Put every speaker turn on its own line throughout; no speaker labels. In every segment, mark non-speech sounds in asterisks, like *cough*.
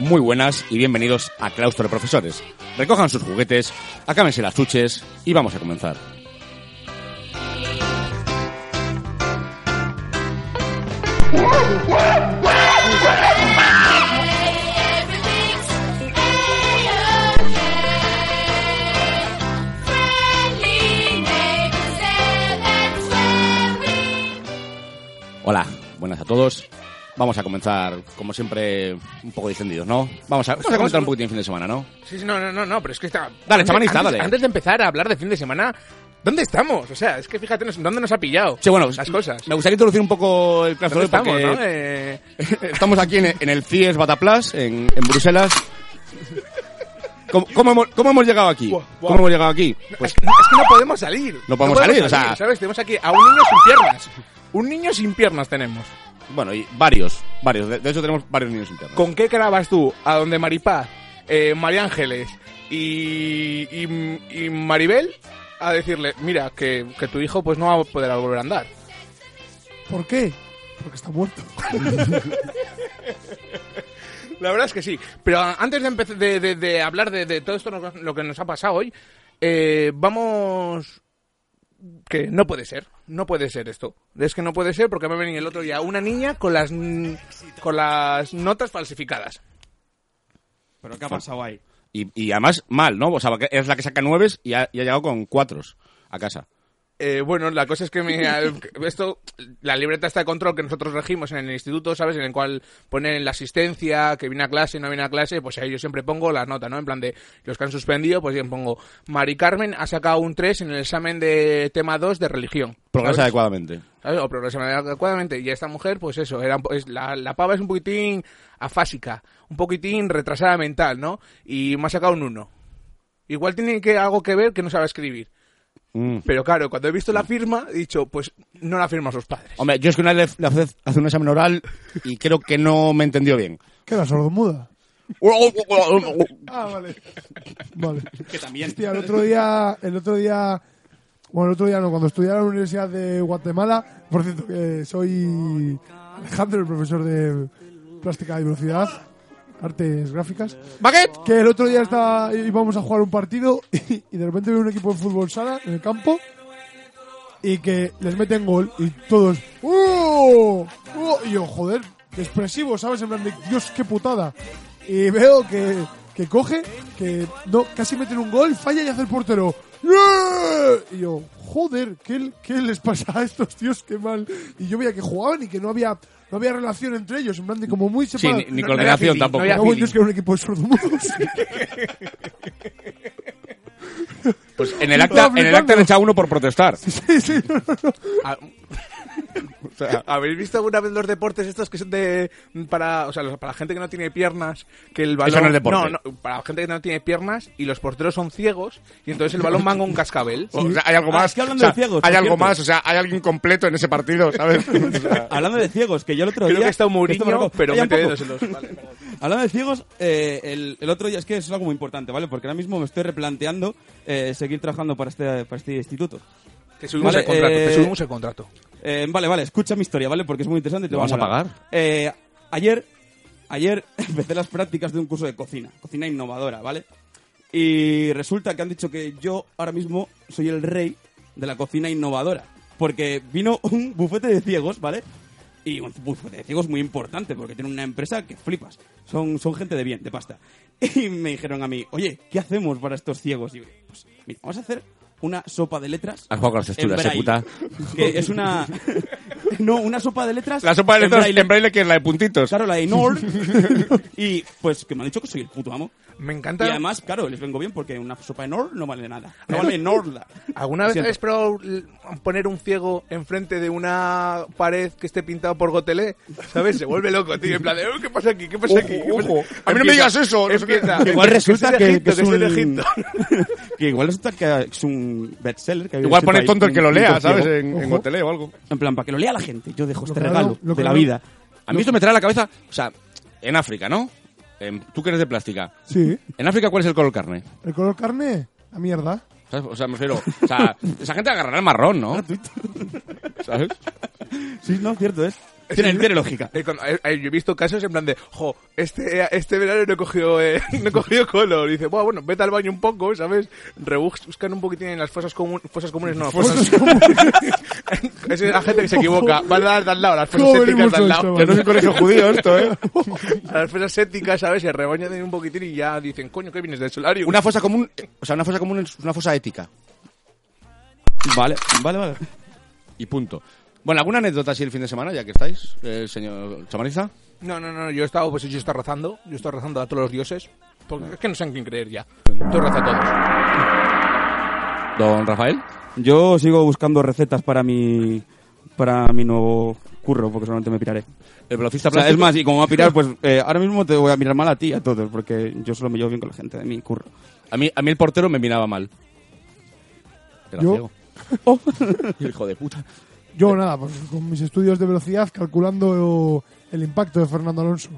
Muy buenas y bienvenidos a Claustro de Profesores. Recojan sus juguetes, acábense las chuches y vamos a comenzar. Hola, buenas a todos. Vamos a comenzar, como siempre, un poco distendidos, ¿no? Vamos a, vamos a comenzar un poquitín el fin de semana, ¿no?
Sí, sí, no, no, no, no, pero es que está...
Dale,
antes-
chamanista,
antes-
dale.
Antes de empezar a hablar de fin de semana, ¿dónde estamos? O sea, es que fíjate nos- dónde nos ha pillado
Sí, bueno,
las cosas.
Me gustaría introducir un poco el claustro de
¿Dónde
hoy
estamos,
porque
no? Eh, *laughs*
estamos aquí en, en el CIES Bataplas, en, en Bruselas. ¿Cómo, cómo hemos, cómo hemos llegado aquí?
Buah, buah.
¿Cómo hemos llegado aquí? Pues,
es, que, es que no podemos salir.
No podemos salir, o sea-
¿Sabes? Tenemos aquí a un niño sin piernas. Un niño sin piernas tenemos.
Bueno, y varios, varios. De, de hecho, tenemos varios niños internos.
¿Con qué cara vas tú a donde Maripaz, eh, María Ángeles y, y, y Maribel a decirle, mira, que, que tu hijo pues no va a poder volver a andar?
¿Por qué? Porque está muerto.
*laughs* La verdad es que sí. Pero a- antes de, empe- de, de- de hablar de, de todo esto, lo que- lo que nos ha pasado hoy, eh, vamos... Que no puede ser, no puede ser esto. Es que no puede ser porque me venía el otro día una niña con las n- con las notas falsificadas.
¿Pero qué ha pasado ahí?
Y, y además, mal, ¿no? O sea, que es la que saca nueves y ha, y ha llegado con cuatros a casa.
Eh, bueno, la cosa es que me, al- esto, la libreta esta de control que nosotros regimos en el instituto, ¿sabes? En el cual ponen la asistencia, que viene a clase, no viene a clase, pues ahí yo siempre pongo las notas, ¿no? En plan de los que han suspendido, pues bien pongo, Mari Carmen ha sacado un 3 en el examen de tema 2 de religión.
Progresa
¿sabes?
adecuadamente.
¿sabes? O progresa adecuadamente. Y a esta mujer, pues eso, era, un po- es- la, la pava es un poquitín afásica, un poquitín retrasada mental, ¿no? Y me ha sacado un 1. Igual tiene que, algo que ver que no sabe escribir.
Mm.
Pero claro, cuando he visto la firma, he dicho, pues no la firman sus padres.
Hombre, yo es que una vez le, le hace, hace un examen oral y creo que no me entendió bien.
¿Qué era sordomuda?
Oh, Bueno,
Ah, vale. Vale.
Que también.
Hostia, el otro día, el otro día, bueno, el otro día no, cuando estudiaba en la Universidad de Guatemala, por cierto que soy Alejandro, el profesor de plástica y velocidad, artes gráficas, que el otro día estaba, íbamos a jugar un partido *laughs* y, y de repente veo un equipo de fútbol sala en el campo y que les meten gol y todos ¡Uh! ¡Uh! y yo, joder, expresivo, ¿sabes? En plan de Dios, qué putada. Y veo que, que coge, que no, casi meten un gol, falla y hace el portero. ¡Yeah! Y yo, joder, ¿qué, ¿qué les pasa a estos tíos? Qué mal. Y yo veía que jugaban y que no había, no había relación entre ellos, en plan de como muy
Sí,
separado.
ni, ni
No, no había
coordinación
feeling,
tampoco.
no había-
Era bueno, es que era un equipo de sordomudos.
Pues en el acta, en el acta han echado uno por protestar.
sí, sí, no, no, no.
*laughs* A-
O sea,
Ah. ¿Habéis visto alguna vez los deportes estos que son de para, o sea, los- para gente que no tiene piernas, que el balón
Eso no es deporte.
no, para gente que no tiene piernas y los porteros son ciegos y entonces el balón manga un cascabel.
o sea, hay algo
Ah,
más.
es que hablando
o sea,
de ciegos,
hay
por
algo
cierto.
más. O sea, hay alguien completo en ese partido, ¿sabes? O sea,
Hablando de ciegos, que yo el otro
Creo
día...
que está un
esto me
Mourinho,
lo-
pero
Calla un
mete
poco.
dedos en los. Vale, perdón.
*laughs* Hablando de ciegos, eh, el, el otro día es que es algo muy importante, ¿vale? Porque ahora mismo me estoy replanteando eh, seguir trabajando para este, para este instituto.
Te subimos
Vale,
el contrato, te
eh,
subimos el contrato.
Eh, vale, vale, escucha mi historia, ¿vale? Porque es muy interesante. y Te
¿Lo
va
vas a
molar.
pagar?
Eh, ayer, ayer *laughs* empecé las prácticas de un curso de cocina, cocina innovadora, ¿vale? Y resulta que han dicho que yo ahora mismo soy el rey de la cocina innovadora. Porque vino *laughs* un bufete de ciegos, ¿vale? Y un bufete de ciegos muy importante, porque tiene una empresa que flipas. Son, son gente de bien, de pasta. *laughs* Y me dijeron a mí, oye, ¿qué hacemos para estos ciegos? Y yo, pues, mira, vamos a hacer una sopa de letras
Has jugado con las texturas,
en
eh, puta.
*laughs* braille. Que es una. No, una sopa de
*laughs*
letras.
la sopa de
en
letras
braille.
en braille que es la de puntitos.
Claro, la de Nord. *laughs* y pues que me han dicho que soy el puto amo.
Me
Y
encanta.
además, claro, les vengo bien porque una sopa de Nord no vale nada. No vale Nordla.
¿Alguna
Lo
vez
siento.
habéis probado l- poner un ciego enfrente de una pared que esté pintado por Gotelé? ¿Sabes? Se vuelve loco, tío. En plan, de, "Eh, ¿qué pasa aquí? ¿Qué pasa
Ojo,
aquí? ¿Qué pasa-?"
ojo. A mí no me digas eso, no sé qué.
Empieza,
Que igual
que
resulta
soy de
que,
Egipto,
que es
soy de
un,
Egipto.
*laughs*
*laughs*
que igual resulta que es un bestseller. Que ha habido
Igual
en
pone
este
tonto el
país,
que lo
un
lea,
pintor
¿sabes?
ciego.
En, en
Ojo.
Gotelé o algo.
En plan, para que lo lea la gente. Yo dejo
Lo
este
que no-
regalo
lo que
de la
no-
vida.
A mí esto me trae a la cabeza, o sea, en África, ¿no? En- tú que eres de plástica.
*laughs* Sí,
¿En África cuál es el color carne?
el color carne, la mierda.
¿Sabes? O sea, me refiero, o sea, esa gente agarrará el marrón, ¿no? ¿Sabes?
Sí, no, cierto es. Tiene, tiene lógica.
Eh, cuando- eh, eh, yo he visto casos en plan de, jo, este, eh, este verano no he cogido, eh, *laughs* no he cogido color. Y dice, "Buah, bueno, vete al baño un poco, ¿sabes? Rebuscan un poquitín en las fosas, comun- fosas comunes, no, fosas. *laughs* es la gente que se equivoca. Van a dar al lado, las fosas
¿Cómo
éticas
venimos
de al
hoy,
lado.
chaval? Que no es un
colegio judío esto, ¿eh?
Las fosas éticas, ¿sabes? Se rebañan un poquitín y ya dicen, coño, ¿qué vienes del solario?
Una fosa común, o sea, una fosa común es una fosa ética.
Vale, vale, vale.
Y punto. Bueno, ¿alguna anécdota así el fin de semana, ya que estáis, eh, señor Chamaniza?
No, no, no, yo he estado, pues yo estoy rezando, yo estoy rezando a todos los dioses. Porque es que no sé en quién creer ya. Tú reza a todos.
Don Rafael.
Yo sigo buscando recetas para mi, para mi nuevo curro, porque solamente me piraré.
El velocista
O sea,
plástico.
es más, y como va a pirar, pues eh, ahora mismo te voy a mirar mal a ti y a todos, porque yo solo me llevo bien con la gente de mi curro.
A mí, a mí el portero me miraba mal. Era
¿Yo?
ciego. *laughs* Hijo de puta.
Yo nada, pues con mis estudios de velocidad calculando el impacto de Fernando Alonso.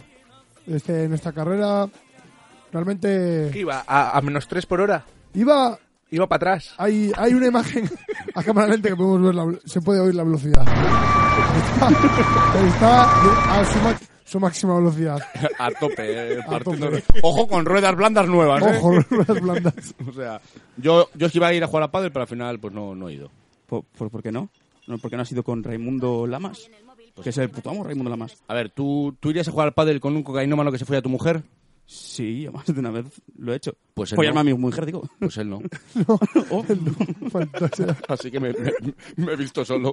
Este, en esta carrera
¿Qué
realmente
iba? ¿A, a menos 3 por hora?
iba
Iba para atrás.
Ah,
hay, hay una imagen *laughs* a cámara lenta que podemos ver la vel- se puede oír la velocidad. Está, está a su, ma- su máxima velocidad.
*laughs*
A tope. eh,
A
partiendo-
tope.
Ojo con ruedas blandas nuevas, ¿eh?
Ojo, *laughs* las blandas.
*laughs* O sea, yo, yo es que iba a ir a jugar a padre, pero al final pues no, no he ido.
Po- Pues, ¿por qué no? no? ¿Por qué no has ido con Raimundo Lamas? Que es el puto amo Raimundo Lamas.
A ver, ¿tú, tú irías a jugar al pádel con un cocainómano que se fue a tu mujer?
Sí, yo más de una vez lo he hecho.
Pues él
Follarme
no.
a mi mujer, digo.
Pues él no.
Oh,
Fantasía.
Así que me, me- me he visto solo.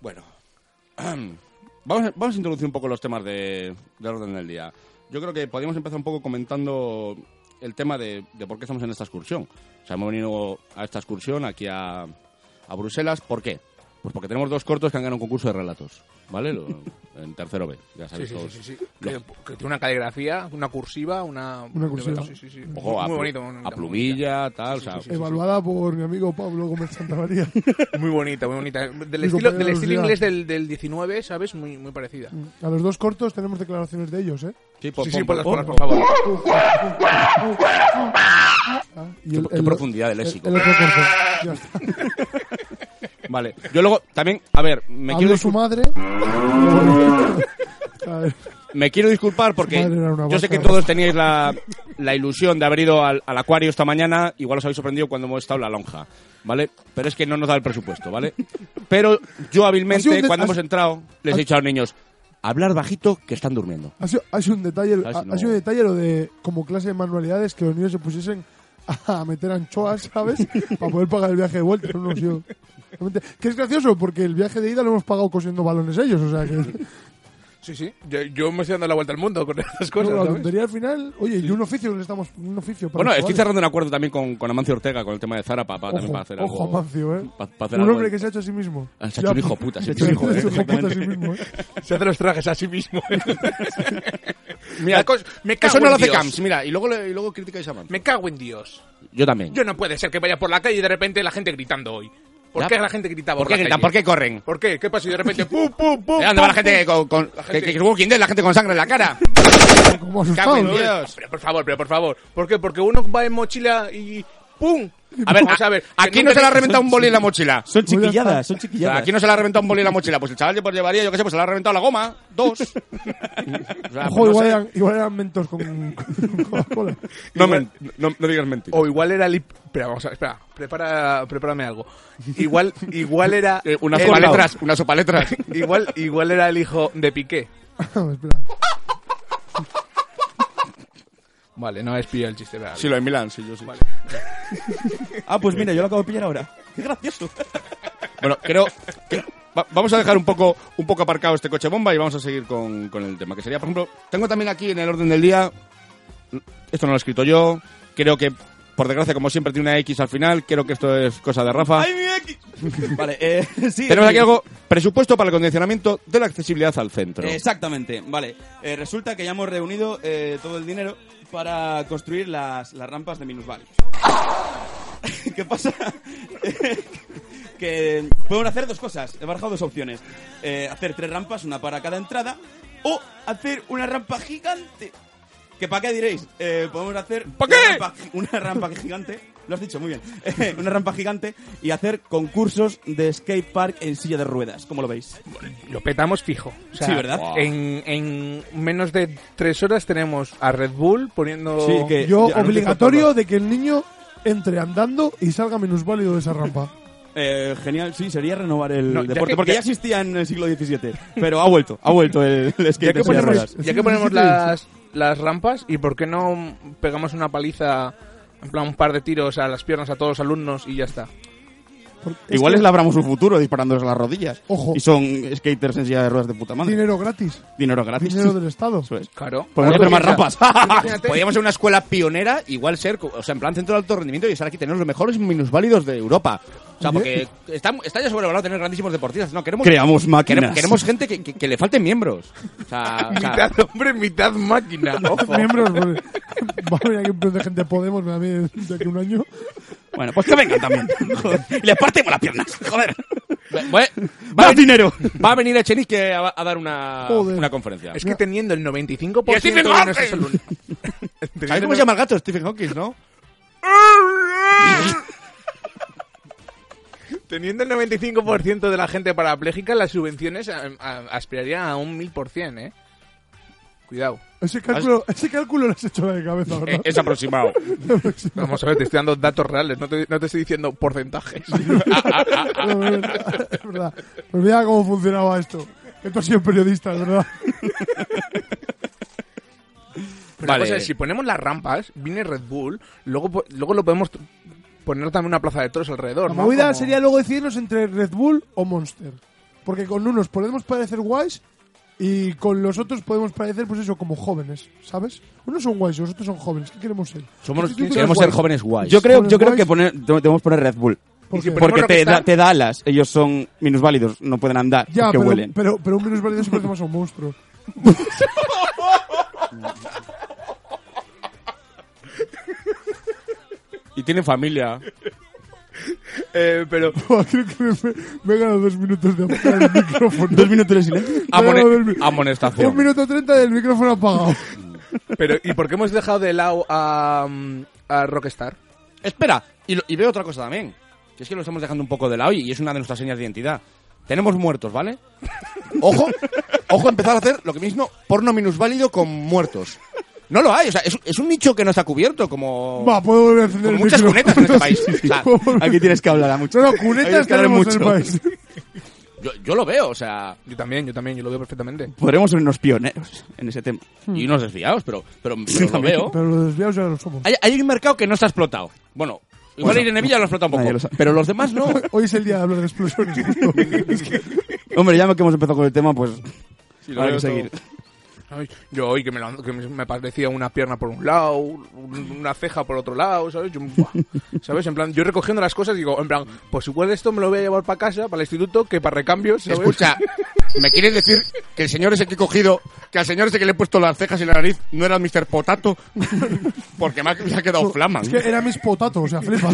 bueno. Vamos a, vamos a introducir un poco los temas de, del orden del día. Yo creo que podríamos empezar un poco comentando el tema de, de por qué estamos en esta excursión. O sea, hemos venido a esta excursión aquí a, a Bruselas. ¿Por qué? Pues porque tenemos dos cortos que han ganado un concurso de relatos. ¿Vale? Lo- en tercero B. Ya
Sí,
sabéis
sí, sí,
todos.
sí, sí. Que, que tiene una caligrafía, una cursiva, una...
Una cursiva.
Sí, sí, sí.
Ojo, a,
muy
plu-
bonito. muy
a
bonita,
plumilla, tal. o sea,
Evaluada por mi amigo Pablo Gómez Santa María.
Muy bonita, muy bonita. muy bonita. Del
Mi
estilo,
compañero
del estilo
de
inglés del, del 19, ¿sabes? Muy, muy parecida.
A los dos cortos tenemos declaraciones de ellos, ¿eh?
Sí,
Sí, sí,
pom,
por
pom,
las
pom,
colas,
pom.
por favor.
Ah, y
Qué- qué profundidad de
el-
léxico.
El, otro corto. Ya está.
Vale, yo luego también, a ver, me
Habló
quiero,
su
discul- *laughs*
madre. A ver,
me quiero disculpar porque
madre era una
yo sé
vaca.
que todos teníais la, la ilusión de haber ido al, al acuario esta mañana, igual os habéis sorprendido cuando hemos estado en la lonja, ¿vale? Pero es que no nos da el presupuesto, ¿vale? Pero yo
Ha sido un
hábilmente,
de-
cuando
ha-
hemos entrado, les he dicho a los niños, hablar bajito que están durmiendo.
ha, sido, ha sido un detalle,
Ah,
ha,
si no.
ha sido un detalle lo de como clase de manualidades que los niños se pusiesen a meter anchoas, ¿sabes? Para poder pagar el viaje de vuelta. No, no, ha sido- realmente- que es gracioso porque el viaje de ida lo hemos pagado cosiendo balones ellos, o sea que
Sí, sí. Yo, yo me estoy dando la vuelta al mundo con *laughs* estas
no,
cosas.
la
¿sabes?
tontería al final, oye, y un oficio que le estamos un oficio para
Bueno,
los
estoy
chavales.
cerrando un acuerdo también con, con Amancio Ortega, con el tema de Zara, pa- pa- Ah, también
Ojo,
para hacer
ojo,
algo...
Amancio, ¿eh?
pa- pa hacer
un
algo-
hombre que se ha hecho a sí mismo.
Ah, se ha hecho
Ya,
un hijo puta, se ha
*laughs*
hecho
se ha
un hijo,
hecho un
¿eh?
hijo puta a sí mismo, ¿eh?
Se hace los trajes a sí
*laughs*
mismo.
Mira,
La cos- me cago
eso no
en
lo hace
Dios.
Camps, mira, y luego, le- y luego criticáis a Amancio.
Me cago en Dios.
Yo también.
Yo no puede ser que vaya por la calle y de repente la gente gritando hoy. ¿Por
Ya.
qué la gente gritaba
¿Por qué
la
gritan?
calle?
¿Por qué corren?
¿Por qué? ¿Qué pasa? Y de
*laughs*
repente pum, pum, pum.
¿De dónde va
pum,
la gente
pum.
con, con-
La
que-
gente-
que, que es Walking Dead, la gente con sangre en la cara? *laughs*
Como
Cago en
asustado, ¿eh?
Dios.
Pero por favor, pero por favor. ¿Por qué? Porque uno va en mochila y ¡pum!
A ver,
Vamos
a,
a ver,
¿a
que
quién no
nunca
se le ha
te-
reventado un boli en la mochila?
son
Voy a
chiquilladas,
estar-
son
O sea,
chiquilladas.
¿A quién no se le ha reventado un boli en la mochila? Pues el chaval pues llevaría, yo qué sé, pues se le ha reventado la goma, dos. *laughs* O sea,
Ojo,
no
igual,
sé.
eran, igual eran mentos con, con Coca-Cola.
*laughs* No, men- no- no digas mentira.
O igual era el... hip- Espera, vamos a espera. Prepara, prepárame algo. Igual, igual era...
*laughs* Eh, una
el-
sopa letras, una sopa letras.
*laughs* Igual, igual era el hijo de Piqué.
Espera.
Vale, no es pillado el chiste. verdad.
Sí, lo de Milán, sí, yo sí.
Ah, pues mira, yo lo acabo de pillar ahora. *laughs* Qué gracioso.
Bueno, creo que va- vamos a dejar un poco, un poco aparcado este coche bomba y vamos a seguir con, con el tema, que sería, por ejemplo, tengo también aquí en el orden del día, esto no lo he escrito yo, creo que, por desgracia, como siempre, tiene una X al final, creo que esto es cosa de Rafa.
¡Ay, mi X! Vale, eh, *laughs* sí.
Tenemos
eh,
aquí algo, presupuesto para el condicionamiento de la accesibilidad al centro.
Eh, Exactamente, vale. Eh, resulta que ya hemos reunido eh, todo el dinero para construir las, las rampas de minusválidos. *laughs* ¿Qué pasa? *laughs* que podemos hacer dos cosas. He barajado dos opciones. Eh, hacer tres rampas, una para cada entrada, o hacer una rampa gigante. ¿Que para qué diréis? Eh, podemos hacer
¿Pa qué?
Una, rampa, una rampa gigante Lo has dicho, muy bien. *laughs* Eh, Una rampa gigante y hacer concursos de skate park en silla de ruedas, como lo veis.
Lo petamos fijo. O sea,
Sí, ¿verdad?
Wow.
En, en menos de tres horas tenemos a Red Bull poniendo...
Sí, que-
Eh,
Yo,
ya, no te
obligatorio de que el niño entre andando y salga minusválido de esa rampa.
Eh, genial, sí, sería renovar el
No, ya
deporte,
que-
porque
ya-
ya, existía en el siglo XVII, pero ha vuelto, ha vuelto
*laughs*
el, el skate
Ya que
en silla de
ponemos,
ruedas.
ruedas.
ya que ponemos las, las rampas, ¿y por qué no pegamos una paliza, en plan un par de tiros a las piernas a todos los alumnos y ya está?
Porque
Igual
que
les labramos un futuro disparándoles a las rodillas.
Ojo.
Y son skaters en silla de ruedas de puta madre.
dinero gratis,
Dinero gratis.
dinero del Estado.
Eso
*laughs*
es.
Claro.
Podemos
Claro,
hacer más
piensa,
rampas.
*laughs* imagínate-
Podríamos ser una escuela pionera, igual ser, o sea, en plan centro de alto rendimiento y estar aquí tener los mejores minusválidos de Europa. O sea, porque está, está ya sobrevalorado tener grandísimos deportistas. No, queremos,
*laughs* Creamos máquinas.
queremos, queremos
*laughs*
gente que, que- que le falten miembros. O sea, Ah, o sea,
mitad hombre, mitad
*laughs*
máquina. Ojo.
Miembros, *laughs* pues, va a venir aquí un plan de gente Podemos, me da miedo de aquí a
*laughs*
un año.
Bueno, pues que vengan también. Joder. Y les partimos las piernas. Joder.
va, va a
Más
venir-
dinero.
va a venir Echenique a, a dar una,
Joder.
una conferencia.
Es que teniendo el 95%
Y Stephen
de nuestros
Hawking.
alumnos...
*laughs* ¿Sabes cómo se llama el gato? Stephen Hawking, ¿no?
Teniendo el 95% de la gente parapléjica, las subvenciones a- a- aspirarían a un 1000%, ¿eh? Cuidado.
Ese cálculo, ese cálculo lo has hecho de cabeza, ¿verdad?
es aproximado.
Vamos a ver, te estoy dando datos reales, no te, no te estoy diciendo porcentajes.
Es verdad. Pues mira cómo funcionaba esto. Que tú has sido periodista, es ¿verdad?
Pero la
Vale.
cosa es, si ponemos las rampas, viene Red Bull, luego, po- luego lo podemos t- poner también una plaza de toros alrededor.
La
¿no?
movida
Como-
sería luego decidirnos entre Red Bull o Monster. Porque con unos podemos parecer guays y con los otros podemos parecer, pues eso, como jóvenes, ¿sabes? Unos son guays y los otros son jóvenes. ¿Qué queremos ser?
Somos,
¿Qué tú
queremos
quieres
ser jóvenes guays.
Yo creo,
Poner
yo creo
guays.
que poner, te- debemos poner Red Bull.
¿Por
Y si
qué?
ponemos
Porque te
Rockstar.
da, te da alas. Ellos son minusválidos, no pueden andar,
Ya,
porque
pero,
huelen.
pero, pero un minusválido se parece más a un monstruo. *laughs*
Y tienen familia.
Eh, pero
Creo que me, me, me he ganado dos minutos de apagar el micrófono.
Dos minutos de silencio.
Me he ganado dos mi-
amonestación.
Un minuto treinta del micrófono apagado.
Pero, ¿y por qué hemos dejado de lado a, mm, a Rockstar?
Espera, y, lo- y veo otra cosa también. Que es que lo estamos dejando un poco de lado y, y es una de nuestras señas de identidad. Tenemos muertos, ¿vale? Ojo, ojo, empezar a hacer lo que mismo porno minusválido con muertos. No lo hay, o sea, es, es un nicho que no está cubierto como,
Va, puedo volver a encender
como
el
muchas
micrófono.
cunetas en este
*laughs*
país. O sea,
Puedo volver-
Aquí tienes que hablar a mucho.
No, no,
Tienes
cunetas
que hablar
tenemos en el
mucho.
país.
yo, yo lo veo, o sea,
Yo también, yo también, yo lo veo perfectamente.
Podremos ser unos pioneros en ese tema.
y unos desviados, pero, pero, pero lo
Hmm. también.
veo.
Pero los desviados ya lo somos.
Hay, hay un mercado que no está explotado. Bueno, igual
Bueno,
Irene Villa lo ha explotado un
nadie
poco,
lo sabe.
pero los demás no.
*laughs*
Hoy es el día de hablar de
*laughs*
explosiones. justo. *laughs* Es que-
Hombre, ya que hemos empezado con el tema, pues
lo
ahora hay
veo
que seguir.
Ay, Yo hoy que me, lo- que me me parecía una pierna por un lado, un- una ceja por otro lado, ¿sabes? Yo, buah, ¿Sabes? En plan, yo recogiendo las cosas digo, en plan, pues igual esto me lo voy a llevar para casa, para el instituto, que para recambios, ¿sabes?
Escucha, ¿me quieres decir que el señor ese que he cogido, que al señor ese que le he puesto las cejas y la nariz no era Mr. Potato? *laughs* Porque me ha, me ha quedado flama.
Es que era mis potatos, o sea, flipa.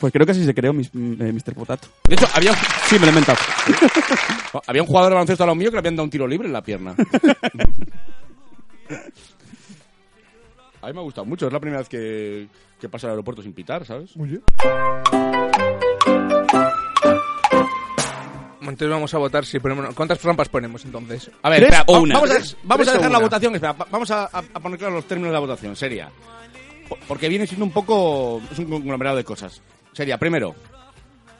Pues creo que así se creó mis, mm, eh, Mr. Potato.
De hecho, había,
Sí, me lo he inventado.
había un jugador de baloncesto a lo mío que le habían dado un tiro libre en la pierna. *laughs* A mí me ha gustado mucho, es la primera vez que, que paso al aeropuerto sin pitar, ¿sabes?
Muy bien.
Entonces vamos a votar si ponemos... ¿Cuántas rampas ponemos entonces?
A ver,
¿Tres
espera,
o
va-
una?
vamos a,
¿Tres?
vamos a
¿Tres o
dejar la
una?
votación, espera, va- vamos a, a- a poner claros los términos de la votación, sería, po- porque viene siendo un poco, es un conglomerado de cosas. Sería, primero,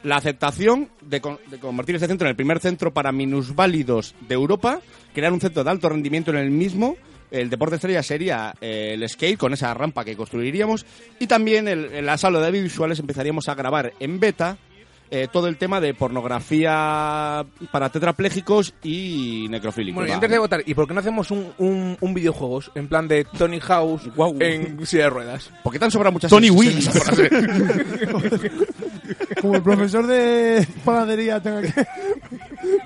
la aceptación de, con- de convertir este centro en el primer centro para minusválidos de Europa, crear un centro de alto rendimiento en el mismo, el deporte estrella sería eh, el skate con esa rampa que construiríamos y también el- en la sala de audiovisuales empezaríamos a grabar en beta eh, todo el tema de pornografía para tetraplégicos y necrofílicos.
Bueno, y
Va.
antes de votar, ¿y por qué no hacemos un, un, un videojuegos en plan de Tony House
Guau.
en silla de ruedas?
¿Por qué te han sobrado muchas
Tony
sesiones?
Como el profesor de panadería tenga que, *laughs*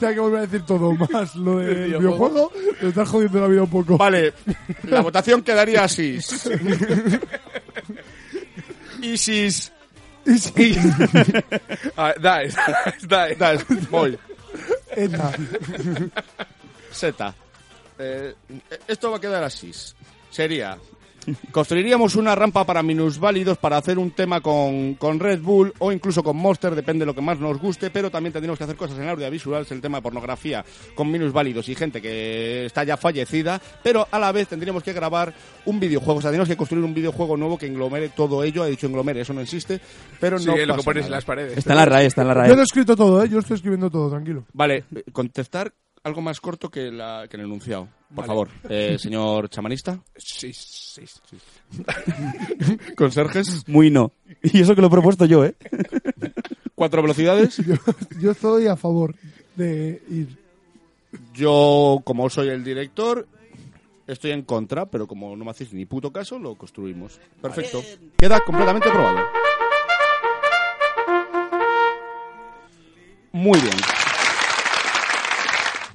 tenga que volver a decir todo, más lo del videojuego, le estás jodiendo la vida un poco.
Vale, la votación quedaría así. *laughs* Isis.
Y sí,
Ah, da,
*laughs*
es- da, es-
das, voy.
Eta.
Z. Eh, esto va a quedar así. Sería Construiríamos una rampa para minusválidos para hacer un tema con, con Red Bull o incluso con Monster, depende de lo que más nos guste, pero también tendríamos que hacer cosas en audiovisual, es el tema de pornografía con minusválidos y gente que está ya fallecida, pero a la vez tendríamos que grabar un videojuego, o sea, tendríamos que construir un videojuego nuevo que englomere todo ello, he dicho englomere, eso no existe, pero
Sí,
no
lo que
pasa nada.
pones en
Este-
las paredes.
Está en la RAE, está en la
Yo lo he
RAE.
escrito todo, ¿eh? Yo estoy escribiendo todo, tranquilo.
Vale, eh, contestar algo más corto que, la, que el enunciado, por
Vale.
favor. Eh, señor chamanista,
Sí, sí, sí.
conserjes,
Muy no. *laughs* Y eso que lo he propuesto yo, ¿eh?
cuatro velocidades.
Yo, yo estoy a favor de ir.
Yo, como soy el director, estoy en contra, pero como no me hacéis ni puto caso, lo construimos. Perfecto. Queda completamente aprobado. Muy bien.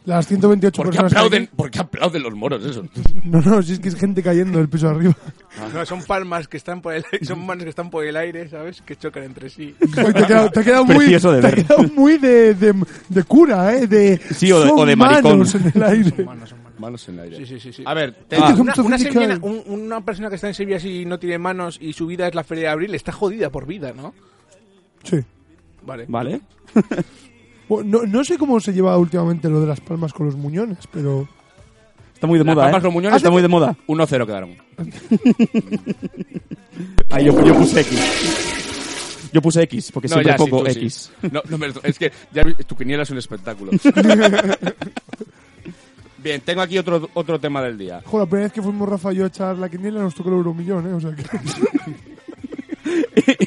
Las 128
¿Por qué
personas. que
aplauden, por qué aplauden los moros eso?
hay- No, no, si es que es gente cayendo del piso de arriba.
Ah.
No, son palmas que
*laughs*
están por el aire, son manos que están por el aire, ¿sabes? Que chocan entre sí.
Oye, te ha quedado, te ha quedado muy,
Precioso de
te ha
ver.
quedado muy de, de- de cura, ¿eh? De,
Sí, o de-
son
o de
manos
maricón.
en el aire.
Manos, son manos.
Manos en el aire.
Sí, sí, sí, sí.
A ver, te-
Ah.
Una, una
Sofisticado.
sevillana- un- una persona que está en Sevilla y no tiene manos y su vida es la feria de abril, está jodida por vida, ¿no?
Sí.
Vale.
Vale.
Bueno, no, no sé cómo se lleva últimamente lo de las palmas con los muñones, pero.
Está muy de
Las
moda,
Palmas
¿eh?
los Muñones-
Está muy de moda.
1-0 quedaron.
Ahí yo, yo puse X. Yo puse X, porque
No,
siempre
ya, sí,
pongo
tú sí.
X.
*laughs*
*laughs*
No, no, pero es que ya vi- tu quiniela es un espectáculo. *laughs* Bien, tengo aquí otro, otro tema del día.
Joder, la primera vez que fuimos Rafa y yo a echar la quiniela nos tocó el euromillón, ¿eh? O sea que. *laughs*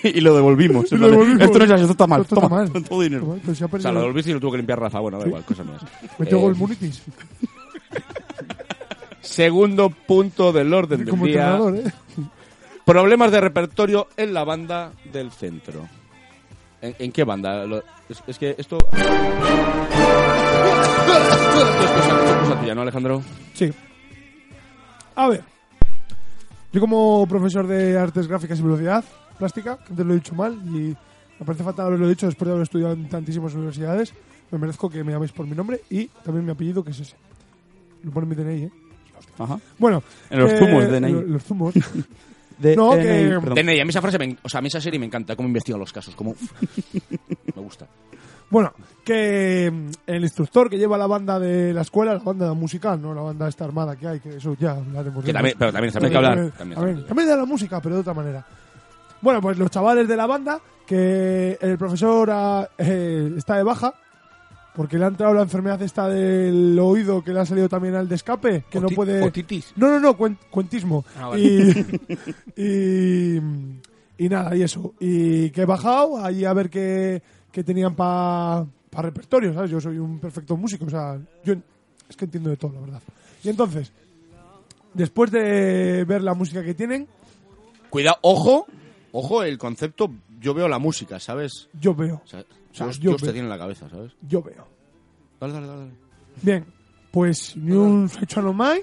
y lo devolvimos.
Y
en
lo
plan de,
devolvimos.
Esto no es así, esto está mal.
Esto está
Toma,
mal.
todo dinero.
Pero si pues ha
O sea,
perdido.
lo devolviste y lo tuvo que limpiar Rafa. Bueno, da igual, cosa
*laughs*
mía.
Metió
Eh,
gol Munitis.
Segundo punto del orden del
Como
día.
entrenador, ¿eh?
Problemas de repertorio en la banda del centro. ¿En, en qué banda? Lo- es, es que esto... Esto es cosa- esto es cosa tuya, ¿no, Alejandro?
Sí. A ver. Yo como profesor de artes gráficas y velocidad plástica, que antes lo he dicho mal y me parece fatal haberlo dicho después de haber estudiado en tantísimas universidades, me merezco que me llaméis por mi nombre y también mi apellido, que es ese. Lo pone en mi DNI, ¿eh?
Ajá.
Bueno.
En los
eh,
zumos, DNI.
lo-
*laughs*
Los zumos.
De-
No,
eh,
que-
perdón.
Tenei, a mí esa frase, me en- o sea, a mí esa serie me encanta, cómo investigan los casos, cómo... *laughs* me gusta.
Bueno, que mm, el instructor que lleva la banda de la escuela, la banda musical, no la banda esta armada que hay, que eso ya hablaremos.
Que también- pero también se
se
habrá que hablar, también se
También,
habrá que hablar.
de la música, pero de otra manera. Bueno, pues los chavales de la banda, que el profesor ah, eh, está de baja, porque le ha entrado la enfermedad esta del oído que le ha salido también al de escape, que no
Oti-
puede...
Otitis.
No, no, no, cuen- cuentismo.
Ah, vale. *laughs*
y, y, y nada, y eso. Y que he bajado ahí a ver qué, qué tenían para repertorio, ¿sabes? Yo soy un perfecto músico, o sea, yo en- es que entiendo de todo, la verdad. Y entonces, después de ver la música que tienen,
Cuidado, ojo, ojo el concepto, yo veo la música, ¿sabes?
yo veo,
O sea,
sea,
Dios,
yo
Dios te
veo.
tiene en la cabeza, ¿sabes?
yo veo.
Dale, dale, dale. dale.
Bien, pues ni un Secho no Mine,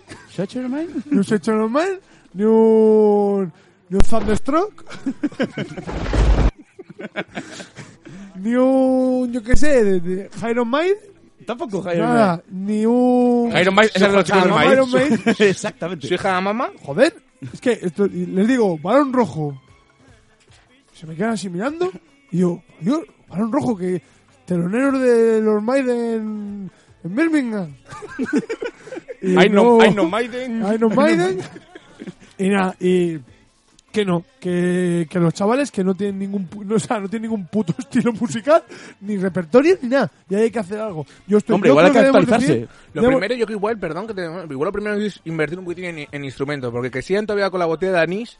ni un Secho no Mine, ni un, ni un Thunderstroke, *laughs* ni un, yo qué sé, de, de Iron Maiden,
*laughs* Tampoco
nada, ni un...
Iron Maiden es el de los chicos del
Ah,
maíz.
Iron Maiden.
Exactamente.
¿Su hija mamá?
Joder, es que esto- y les digo, balón rojo. Se me quedan así mirando y yo, yo, balón rojo, que teloneros de los Maiden en Birmingham. Y
I know,
no-
I know Maiden.
Ay, no Maiden. Y nada, y que no, que, que los chavales que no tienen ningún pu- no, o sea, no tienen ningún puto *laughs* estilo musical, ni repertorio, ni nada. Y hay que hacer algo. Yo estoy,
Hombre,
yo
igual hay
creo
que
debemos
actualizarse.
Lo
debemos-
primero, yo que igual, perdón, que te, igual lo primero es invertir un poquitín en, en instrumentos, porque que sigan todavía con la botella de anís,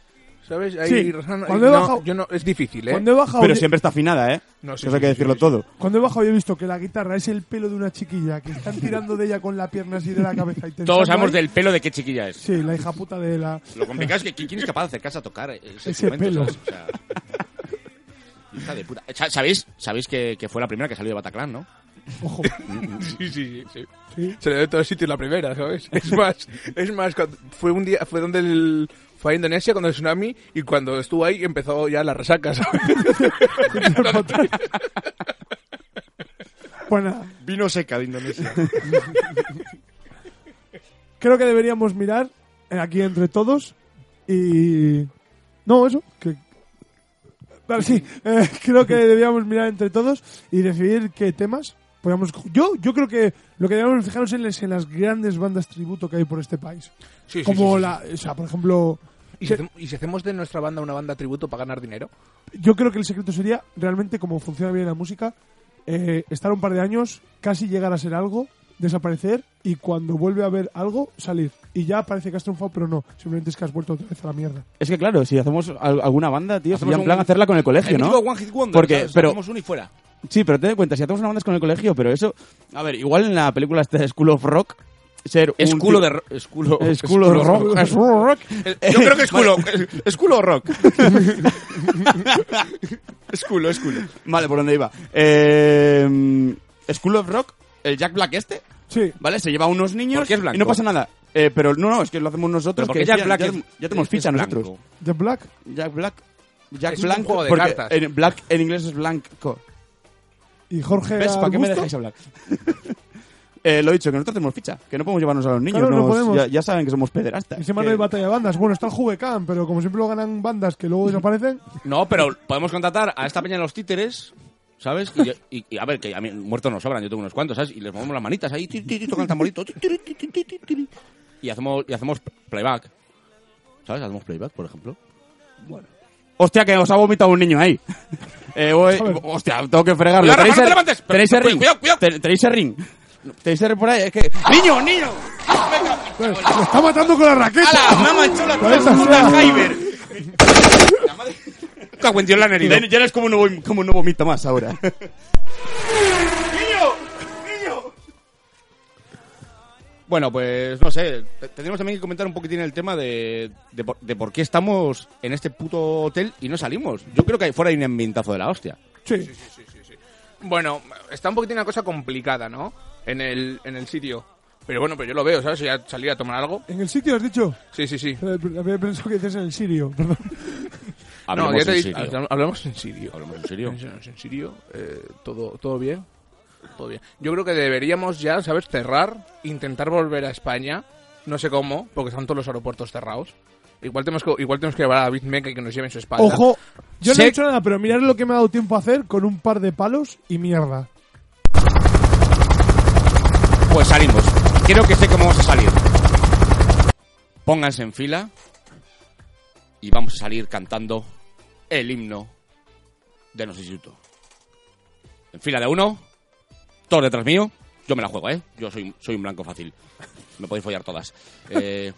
¿sabes? Ahí
Sí,
rozando-
cuando he
no,
bajado-
yo no, es difícil, ¿eh?
Cuando he bajado
Pero
de-
siempre está afinada, ¿eh?
No, sí,
Eso hay
sí,
que
sí,
decirlo
sí,
todo.
Cuando he bajado yo he visto que la guitarra es el pelo de una chiquilla que están tirando de ella con la pierna así de la cabeza. y tensando
Todos sabemos
ahí.
del pelo de qué chiquilla es.
Sí, la hija puta de la...
Lo complicado es que qui- quién es capaz de acercarse a tocar ese,
Ese
instrumento,
pelo.
¿sabes? O sea, *laughs* hija de puta. Sa- ¿Sabéis, sabéis que, que fue la primera que salió de Bataclan, ¿no?
Ojo.
*laughs* Sí, sí, sí, sí.
Sí.
Se le ve todo el sitio en la primera, ¿sabes? *laughs* Es más, es más, cuando- fue un día, fue donde el, fue a Indonesia cuando el tsunami y cuando estuvo ahí empezó ya la resaca, ¿sabes?
*laughs* Pues nada,
Vino seca de
*laughs*
Indonesia.
creo que deberíamos mirar eh, aquí entre todos Y. No, eso. Que... Vale, sí. eh, *laughs* creo que debíamos mirar entre todos y decidir qué temas podíamos. Yo, yo creo que lo que debíamos fijarnos en es en las grandes bandas tributo que hay por este país.
Sí, sí,
Como
sí, sí,
la. O sea, por ejemplo.
¿Y si, hacemos, y si hacemos de nuestra banda una banda tributo para ganar dinero?
Yo creo que el secreto sería realmente cómo funciona bien la música, eh, estar un par de años, casi llegar a ser algo, desaparecer y cuando vuelve a haber algo, salir. Y ya parece que has triunfado, pero no, simplemente es que has vuelto otra vez a la mierda.
Es que claro, si hacemos al- alguna banda, tío,
Hacemos
sería en
un-
plan hacerla con el colegio,
El
¿no?
mítico One Hit Wonder,
Porque,
¿sabes?
pero-
Hacemos uno y fuera.
Sí, pero ten en cuenta, si hacemos una banda es con el colegio, pero eso... A ver, igual en la película esta de School of Rock, ser
Es
un
culo
tío-
de ro- es culo-
*laughs* Es culo
es
rock. Es culo rock.
Eh,
Yo creo que es culo. es- Es culo rock. Es culo, es culo.
*laughs* Vale, por dónde iba. Eh, School of Rock, el Jack Black este,
Sí,
¿vale? Se lleva a unos niños
¿Por qué es blanco?
y no pasa nada. Eh, pero no, no, es que lo hacemos
Pero
nosotros.
porque
que
Jack
ya-
Black
ya,
es-
ya tenemos
es
ficha
blanco.
nosotros.
The Black.
Jack Black. Jack
Es un
Blanco.
juego de
porque
cartas.
En black en inglés es blanco.
Y Jorge.
¿Ves? ¿Para qué me
Arbusto.
dejáis hablar? *laughs* Eh, lo he dicho, que nosotros tenemos ficha, que no podemos llevarnos a los niños.
Claro, no
nos-
podemos.
ya, ya saben que somos pederastas.
Y semana
que-
hay batalla de bandas. Bueno, está el Juvecam, pero como siempre lo ganan bandas
*laughs*
que luego desaparecen.
No, pero podemos contratar a esta peña de los títeres, ¿sabes? Y, yo- y- y a ver, que a mí muertos nos sobran, yo tengo unos cuantos, ¿sabes? Y les movemos las manitas ahí, ti, ti, ti, tocan el tamborito. ti, ti, ti, ti, ti, ti, ti. Y hacemos, y hacemos playback. ¿Sabes? Hacemos playback, por ejemplo.
Hostia, que os ha vomitado un niño ahí. *laughs* Eh, voy- hostia, tengo que fregarlo.
Cuidado, Rafa,
¿Tenéis
no
el-
te levantes. Pero-
tenéis el
cuidado,
ring?
cuidado, cuidado.
Ten- ¿Tenéis el ring? ¿Tenéis el ring por ahí? Es que... ¡Niño, niño!
pues, ¡Lo está matando con la raqueta!
¡Hala! ¡Me ha manchado la
Pero esa
puta *laughs*
sea-
Jaiber!
Cago en Dios, la han herido.
Ya, ya no es como no, voy- como no vomito más ahora.
Bueno, pues no sé. te- Tendríamos también que comentar un poquitín el tema de, de, por- de por qué estamos en este puto hotel y no salimos. Yo creo que ahí fuera hay un ambientazo de la hostia.
Sí.
Bueno, está un poquitín una cosa complicada, ¿no? En el, en el sitio. Pero bueno, pero yo lo veo, ¿sabes? Si ya salir a tomar algo.
¿En el sitio has dicho?
Sí, sí, sí.
Eh, Había pensado que dices en el Sirio, perdón.
Hablemos
no, ya te
en
he dicho-
serio.
habl- hablamos en sirio.
Hablemos en serio.
Hablamos en sirio. Eh, ¿todo, ¿Todo bien? Todo bien. Yo creo que deberíamos ya, ¿sabes? Cerrar, intentar volver a España. No sé cómo, porque están todos los aeropuertos cerrados. Igual tenemos que, igual tenemos que llevar a David Meca y que nos lleve en su espalda.
Ojo, yo no
Sé-
he hecho nada, pero mirad lo que me ha dado tiempo a hacer con un par de palos y mierda.
Pues salimos. Creo que sé cómo vamos a salir. Pónganse en fila y vamos a salir cantando el himno de nuestro instituto. En fila de uno, todos detrás mío. Yo me la juego, ¿eh? Yo soy, soy un blanco fácil. Me podéis follar todas. Eh,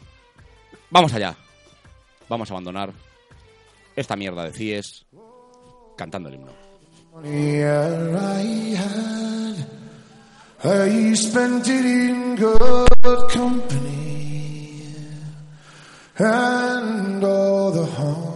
vamos allá. Vamos a abandonar esta mierda de CIES cantando el himno.
Here I had, I spent it in good company, and all the harm